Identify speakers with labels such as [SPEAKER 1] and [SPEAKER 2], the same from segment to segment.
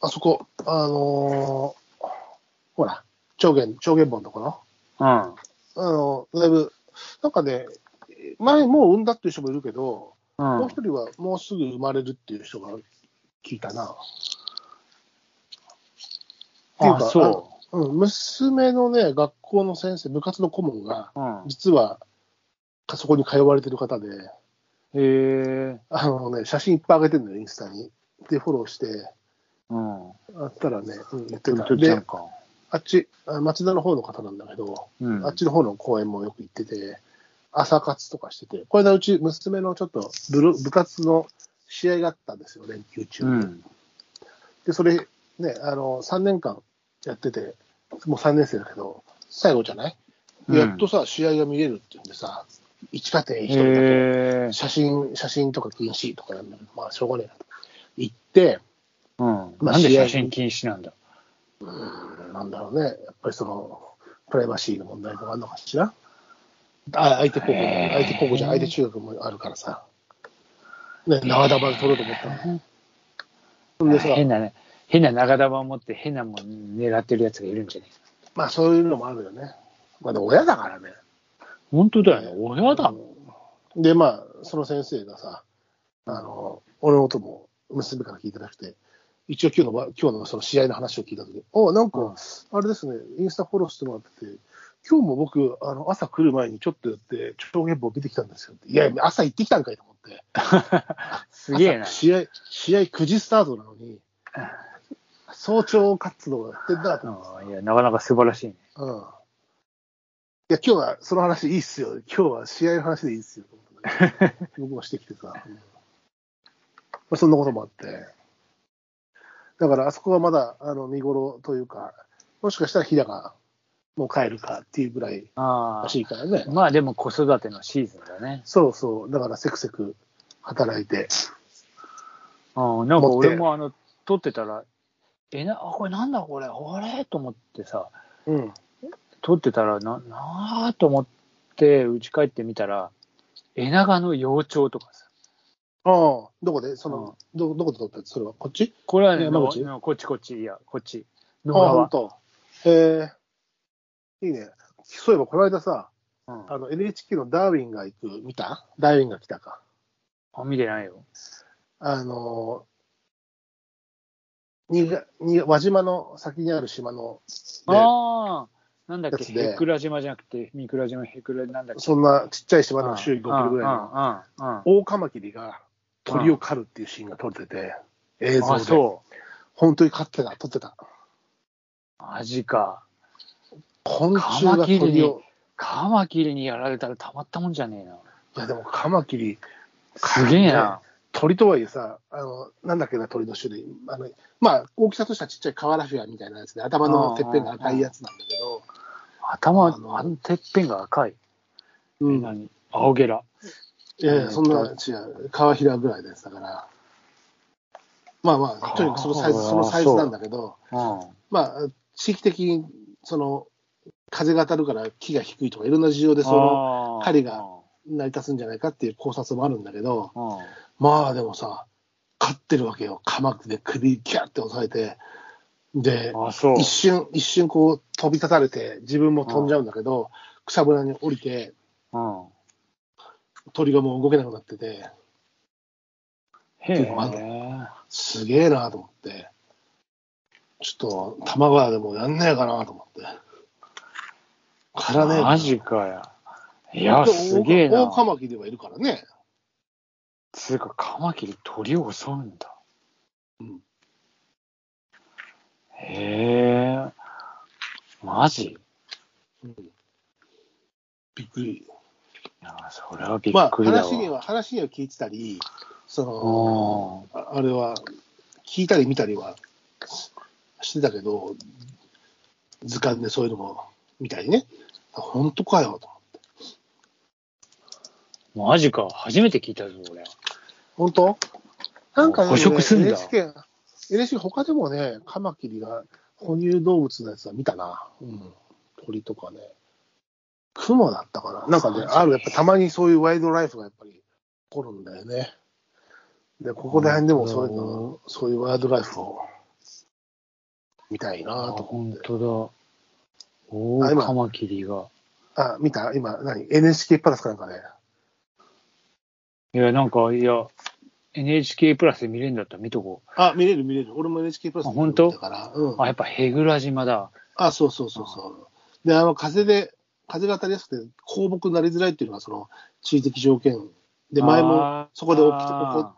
[SPEAKER 1] あそこ、あのーほら、長元、長元本のところ。
[SPEAKER 2] うん。
[SPEAKER 1] あの、だいぶ、なんかね、前もう産んだっていう人もいるけど、
[SPEAKER 2] うん
[SPEAKER 1] もう一人はもうすぐ生まれるっていう人が聞いたな。っていう
[SPEAKER 2] あ、
[SPEAKER 1] か
[SPEAKER 2] そ
[SPEAKER 1] うん、娘のね、学校の先生、部活の顧問が、
[SPEAKER 2] う。うん。
[SPEAKER 1] 実は、そこに通われてる方で、
[SPEAKER 2] へえ。
[SPEAKER 1] あのね、写真いっぱい上げてるのよ、インスタに。で、フォローして、
[SPEAKER 2] うん。
[SPEAKER 1] あったらね、うん、言って
[SPEAKER 2] ト
[SPEAKER 1] た。
[SPEAKER 2] ゥルちゃん
[SPEAKER 1] で、
[SPEAKER 2] か。
[SPEAKER 1] あっち、あ町田の方の方なんだけど、
[SPEAKER 2] うん。
[SPEAKER 1] あっちの方の公園もよく行ってて、朝活とかしてて、これのうち娘のちょっと部ろ部活の試合があったんですよ、連休中。
[SPEAKER 2] うん。
[SPEAKER 1] で、それ、ね、あの、3年間やってて、もう3年生だけど、最後じゃない、
[SPEAKER 2] うん
[SPEAKER 1] やっとさ、試合が見れるって言うんでさ、1家庭1人だけ、
[SPEAKER 2] へえ。
[SPEAKER 1] 写真、写真とか禁止とかやるんだけど、まあ、しょうがねえなと。行って、
[SPEAKER 2] うん。
[SPEAKER 1] まあ
[SPEAKER 2] なんで
[SPEAKER 1] 試合
[SPEAKER 2] 写真禁止なんだ。
[SPEAKER 1] なんだろうね、やっぱりその、プライバシーの問題とかあるのかしら。あ相手高校、
[SPEAKER 2] へー
[SPEAKER 1] 相手高校じゃない相手中学もあるからさ。ね、長玉で取ろうと思ったのに。ほんでさ、
[SPEAKER 2] 変なね、変な長玉を持って変なもん狙ってるやつがいるんじゃないですか。
[SPEAKER 1] まあそういうのもあるよね。まあでも親だからね。
[SPEAKER 2] 本当だよね。親だもん。
[SPEAKER 1] で、まあ、その先生がさ、あの、俺の音も娘から聞いてなくて、一応今日のわ、今日のその試合の話を聞いたときに、おなん
[SPEAKER 2] うん
[SPEAKER 1] か、あれですね、インスタフォローしてもらってて、今日も僕、あの、朝来る前にちょっとやって、超原本出てきたんですよって。いやいや、朝行ってきたんかいと思って。
[SPEAKER 2] すげえな
[SPEAKER 1] 朝。試合、試合9時スタートなのに、早朝活動をやってんだと思って
[SPEAKER 2] うんいや、なかなか素晴らしいね。
[SPEAKER 1] うんいや、今日はその話いいっすよ。今日は試合の話でいいっすよ。と思ったんだけど僕もしてきてさ。うんまあ、そんなこともあって。だから、あそこはまだあの見頃というか、もしかしたら日高もう帰るかっていうぐらい
[SPEAKER 2] あ
[SPEAKER 1] ら
[SPEAKER 2] あ。
[SPEAKER 1] しいからね。
[SPEAKER 2] まあでも子育てのシーズンだね。
[SPEAKER 1] そうそう。だから、せくせく働いて。
[SPEAKER 2] うん、なんか
[SPEAKER 1] 持って
[SPEAKER 2] 俺もあの、撮ってたら、え、な、あ、これなんだこれ、あれと思ってさ、
[SPEAKER 1] うん。
[SPEAKER 2] 撮ってたら、な、なあと思って、家帰ってみたら、エナガの幼鳥とかさ、
[SPEAKER 1] ああ、どこでその、
[SPEAKER 2] うん
[SPEAKER 1] ど、どこで撮ったやつそれはこっち
[SPEAKER 2] これはね、
[SPEAKER 1] 山
[SPEAKER 2] の
[SPEAKER 1] 口
[SPEAKER 2] のこっちこっち、いや、こっち、
[SPEAKER 1] あ
[SPEAKER 2] 野
[SPEAKER 1] あ、ほん
[SPEAKER 2] 川。
[SPEAKER 1] と。へえいいね。そういえば、この間さ、
[SPEAKER 2] うん
[SPEAKER 1] あの NHK のダーウィンが行く、見たダーウィンが来たか。
[SPEAKER 2] あ、見てないよ。
[SPEAKER 1] あのーにがに輪島の先にある島の、ね
[SPEAKER 2] ああ、なんだっけ、
[SPEAKER 1] やつで
[SPEAKER 2] ヘクラ島じゃなくて、ミクラ島、ヘクラ、なんだっけ。
[SPEAKER 1] そんなちっちゃい島の周囲5キロぐらいの、
[SPEAKER 2] ああ、ああ、
[SPEAKER 1] オオカマキリが鳥を狩るっていうシーンが撮れてて、映
[SPEAKER 2] ああ、
[SPEAKER 1] 像で、
[SPEAKER 2] そう。
[SPEAKER 1] 本当に狩ってた、撮ってた。
[SPEAKER 2] マジか。
[SPEAKER 1] 昆虫が
[SPEAKER 2] カマキリ
[SPEAKER 1] 鳥
[SPEAKER 2] に
[SPEAKER 1] を、
[SPEAKER 2] カマキリにやられたらたまったもんじゃねえな。
[SPEAKER 1] いやでもカマキリ、
[SPEAKER 2] すげえな。
[SPEAKER 1] 鳥とはいえさ、あのなんだっけな、鳥の種類、あのまあ、大きさとしてはちっちゃいカワラフィアみたいなやつで、頭のてっぺんが赤いやつなんだけど、
[SPEAKER 2] 頭、
[SPEAKER 1] あの
[SPEAKER 2] あのてっぺんが赤い。
[SPEAKER 1] う
[SPEAKER 2] え
[SPEAKER 1] ん
[SPEAKER 2] 何青ゲラ。
[SPEAKER 1] いやい
[SPEAKER 2] えー
[SPEAKER 1] や、
[SPEAKER 2] と
[SPEAKER 1] そんな、違う、川平ぐらいです、だから。まあまあ、とにかくそのサイズ、
[SPEAKER 2] あー
[SPEAKER 1] そのサイズなんだけど、
[SPEAKER 2] うん。
[SPEAKER 1] まあ、地域的に、その、風が当たるから木が低いとか、いろんな事情でその
[SPEAKER 2] の
[SPEAKER 1] 狩りが成り立つんじゃないかっていう考察もあるんだけど、
[SPEAKER 2] うん。
[SPEAKER 1] まあでもさ、飼ってるわけよ。鎌で首ギャって押さえて、で、
[SPEAKER 2] あ、そう
[SPEAKER 1] 一。瞬、一瞬こう飛び立たれて、自分も飛んじゃうんだけど、草むらに降りて、
[SPEAKER 2] うん。
[SPEAKER 1] 鳥がもう動けなくなってて、
[SPEAKER 2] へ
[SPEAKER 1] っていうのもある
[SPEAKER 2] え。
[SPEAKER 1] すげえなと思って、ちょっと、多摩川でもやんねえかなと思って。からねえかな
[SPEAKER 2] マジかよ。いや、
[SPEAKER 1] でも
[SPEAKER 2] すげえ
[SPEAKER 1] 大
[SPEAKER 2] な
[SPEAKER 1] 大。カマキリはいるからね。
[SPEAKER 2] つうか、カマキリ鳥を襲うんだ。
[SPEAKER 1] うん
[SPEAKER 2] へえ。マジ
[SPEAKER 1] びっくり。
[SPEAKER 2] いや、それはびっ
[SPEAKER 1] まあ、
[SPEAKER 2] くりだわ。
[SPEAKER 1] 話には、話には聞いてたり、その、
[SPEAKER 2] うん。
[SPEAKER 1] ああれは、聞いたり見たりはしてたけど、図鑑でそういうのも見たりね。あ本当かよ、と。
[SPEAKER 2] マジか。初めて聞いたぞ、俺。
[SPEAKER 1] 本当なんかね、
[SPEAKER 2] 捕食すんだ
[SPEAKER 1] NHK、NHK 他でもね、カマキリが哺乳動物のやつは見たな。うん。鳥とかね。クモだったかな。なんかね、ある、やっぱたまにそういうワイルドライフがやっぱり起こるんだよね。で、ここら辺でもそういうの、そういうワイルドライフを見たいな
[SPEAKER 2] あ、
[SPEAKER 1] と思っ
[SPEAKER 2] 本
[SPEAKER 1] て。
[SPEAKER 2] 当だ。お
[SPEAKER 1] あ今
[SPEAKER 2] お、カマキリが。
[SPEAKER 1] あ、見た今、何 ?NHK プラスかなんかね。
[SPEAKER 2] いや、なんか、いや、NHK プラスで見れるんだったら見とこ
[SPEAKER 1] あ、見れる見れる。俺も NHK プラス
[SPEAKER 2] あ本当
[SPEAKER 1] だから。う
[SPEAKER 2] う。
[SPEAKER 1] ん。
[SPEAKER 2] あ、やっぱ、ヘグラ島だ。
[SPEAKER 1] あ、そうそうそうそう。で、あの、風で、風が当たりやすくて、放牧になりづらいっていうのが、その、地理的条件。で、前も、
[SPEAKER 2] あー
[SPEAKER 1] そこで起きて起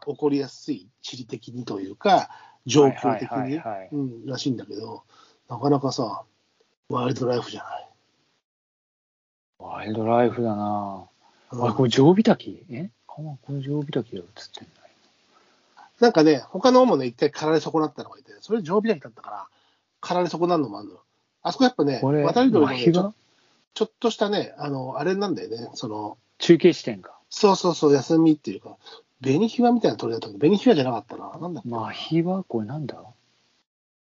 [SPEAKER 1] こ起こりやすい、地理的にというか、状況的
[SPEAKER 2] はいはい
[SPEAKER 1] に
[SPEAKER 2] はいはい、
[SPEAKER 1] うん、らしいんだけど、なかなかさ、ワイルドライフじゃない。
[SPEAKER 2] ワイルドライフだな
[SPEAKER 1] うん
[SPEAKER 2] あ、これ、ジョウビタキえカマこれ、ジョウビタキが映ってんだ。
[SPEAKER 1] なんかね、他のもね、一回狩られ損なったのがいて、それ常備だったから、狩られ損なるのもあるのよ。あそこやっぱね、
[SPEAKER 2] これ、
[SPEAKER 1] 渡り鳥の
[SPEAKER 2] マ
[SPEAKER 1] ね
[SPEAKER 2] ヒ
[SPEAKER 1] ちょ
[SPEAKER 2] が
[SPEAKER 1] ちょっとしたね、あの、あれなんだよね、その、
[SPEAKER 2] 中継地点か。
[SPEAKER 1] そうそうそう、休みっていうか、ベニヒワみたいな鳥だったけど、ベニヒワじゃなかったな。なんだっけ
[SPEAKER 2] マヒはこれなんだ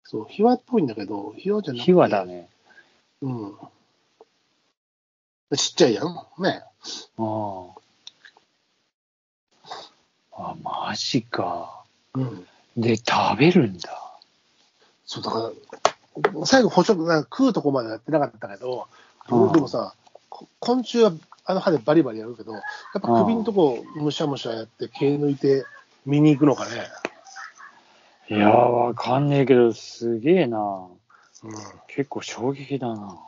[SPEAKER 1] そう、ヒワっぽいんだけど、ヒワじゃなくて。
[SPEAKER 2] ヒワだ。ね。
[SPEAKER 1] うん。ちっちゃいやん。ね。
[SPEAKER 2] ああ。あ、マジか。
[SPEAKER 1] うん。
[SPEAKER 2] で、食べるんだ。
[SPEAKER 1] そう、だから、最後捕食、なんか食うとこまでやってなかったけど、
[SPEAKER 2] うん
[SPEAKER 1] でもさ、こ昆虫はあの歯でバリバリやるけど、やっぱ首のとこむしゃむしゃやって毛抜いて見に行くのかね。
[SPEAKER 2] いやー、わかんねえけど、すげえな。
[SPEAKER 1] うん。
[SPEAKER 2] 結構衝撃だな。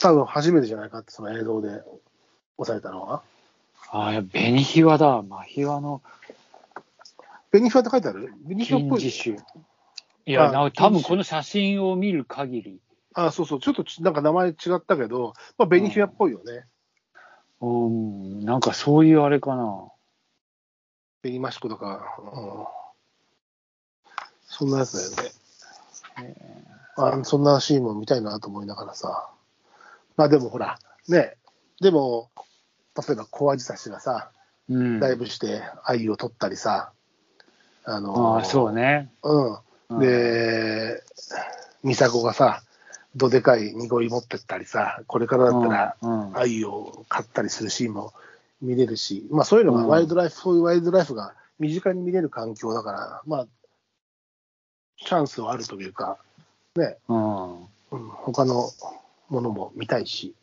[SPEAKER 1] 多分初めてじゃないかって、その映像で押さえたのは。
[SPEAKER 2] ああ、いや、紅ヒワだ。マヒワの
[SPEAKER 1] ベニフワって書いてあるベニフワっ
[SPEAKER 2] 近
[SPEAKER 1] ぽ
[SPEAKER 2] 似
[SPEAKER 1] い。
[SPEAKER 2] 種。いや、
[SPEAKER 1] あ近
[SPEAKER 2] な
[SPEAKER 1] 似種
[SPEAKER 2] 多分この写真を見る限り、
[SPEAKER 1] あそうそう、ちょっとちなんか名前違ったけど、まあ、ベニフィアっぽいよね。
[SPEAKER 2] うん、なんかそういうあれかな。
[SPEAKER 1] ベニマシコとか、うん、そんなやつだよね。あそんなシーンも見たいなと思いながらさ。まあでもほら、ね、でも、例えば小アジサシがさ、
[SPEAKER 2] うん。
[SPEAKER 1] ダイブして愛を取ったりさ、あの
[SPEAKER 2] ああ、そうね。
[SPEAKER 1] うん。
[SPEAKER 2] うん、
[SPEAKER 1] で、ミサコがさ、どでかい濁り持ってったりさ、これからだったら
[SPEAKER 2] うんうん
[SPEAKER 1] 愛を買ったりするシーンも見れるし、まあそういうのが
[SPEAKER 2] うん
[SPEAKER 1] ワイルドライフ、そういうワイルドライフが身近に見れる環境だから、まあ、チャンスはあるというか、ね、
[SPEAKER 2] うん。
[SPEAKER 1] うん、他のものも見たいし、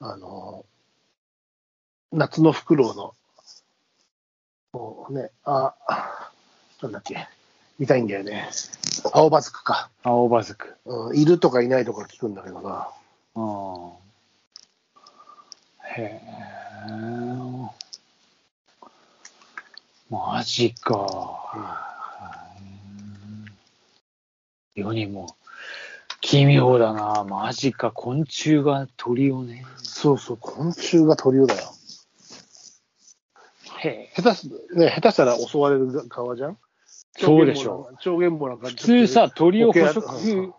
[SPEAKER 1] あの、夏のフクロウの、こうね、あ、なんだっけ、見たいんだよね。青葉クか。
[SPEAKER 2] 青葉ずく。
[SPEAKER 1] うん、いるとかいないとか聞くんだけどな。
[SPEAKER 2] うん。へえ。マジか。世にも奇妙だな。マジか。昆虫が鳥をね。
[SPEAKER 1] そうそう、昆虫が鳥をだよ。
[SPEAKER 2] へえ。
[SPEAKER 1] 下手す、ね、下手したら襲われる側じゃん
[SPEAKER 2] そうでしょ。
[SPEAKER 1] 超原暴な感じ。
[SPEAKER 2] 普通さ、鳥
[SPEAKER 1] ボ
[SPEAKER 2] を捕
[SPEAKER 1] ケや
[SPEAKER 2] 食、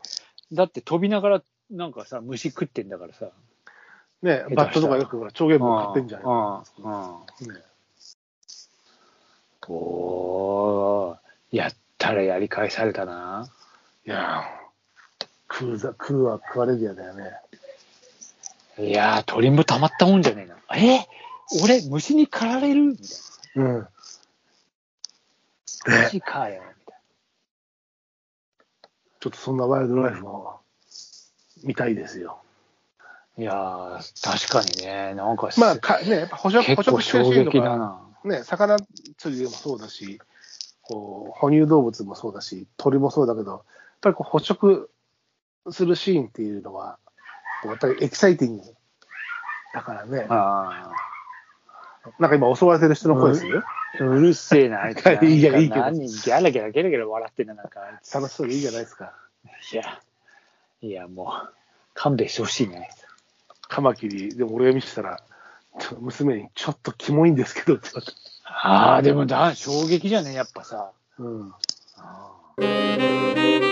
[SPEAKER 2] だって飛びながら、なんかさ、虫食ってんだからさ。
[SPEAKER 1] ね
[SPEAKER 2] 下手したら、
[SPEAKER 1] バットとかよくほら、超原暴買ってんじゃん。ね
[SPEAKER 2] うんうん。うんおー、やったらやり返されたな。
[SPEAKER 1] いやー食うざ、食うは食われるやだよね。
[SPEAKER 2] いやー、鳥もたまったもんじゃねえな。え俺、虫に狩られるみたい
[SPEAKER 1] うん。
[SPEAKER 2] な。
[SPEAKER 1] ね
[SPEAKER 2] 虫かよ。みたい
[SPEAKER 1] ちょっとそんなワイルドライフも見たいですよ。
[SPEAKER 2] ないやー、確かにね、なんかす、
[SPEAKER 1] まあ、かね、やっぱ捕食、捕
[SPEAKER 2] 結
[SPEAKER 1] 食
[SPEAKER 2] 構
[SPEAKER 1] してる
[SPEAKER 2] 衝
[SPEAKER 1] シーンと
[SPEAKER 2] 撃だ
[SPEAKER 1] か、
[SPEAKER 2] な。
[SPEAKER 1] ね、魚釣りでもそうだし、こう、哺乳動物もそうだし、鳥もそうだけど、やっぱりこう捕食するシーンっていうのは、こうやっぱりエキサイティングだからね、
[SPEAKER 2] あ
[SPEAKER 1] なんか今襲われてる人の声でする、
[SPEAKER 2] ーうるせえな、あいつ。なん か
[SPEAKER 1] いやいいけど
[SPEAKER 2] 何、ギャラギャラギャラギャラ笑ってんな、なんか、あいつ。
[SPEAKER 1] 楽しそうでいいじゃないですか。
[SPEAKER 2] いや、いや、もう、勘弁してほしいね。
[SPEAKER 1] カマキリ、でも俺が見てたら、ちょ娘にちょっとキモいんですけどって言われた。
[SPEAKER 2] ああ、でもだ、衝撃じゃねえ、やっぱさ。
[SPEAKER 1] うん。
[SPEAKER 2] あー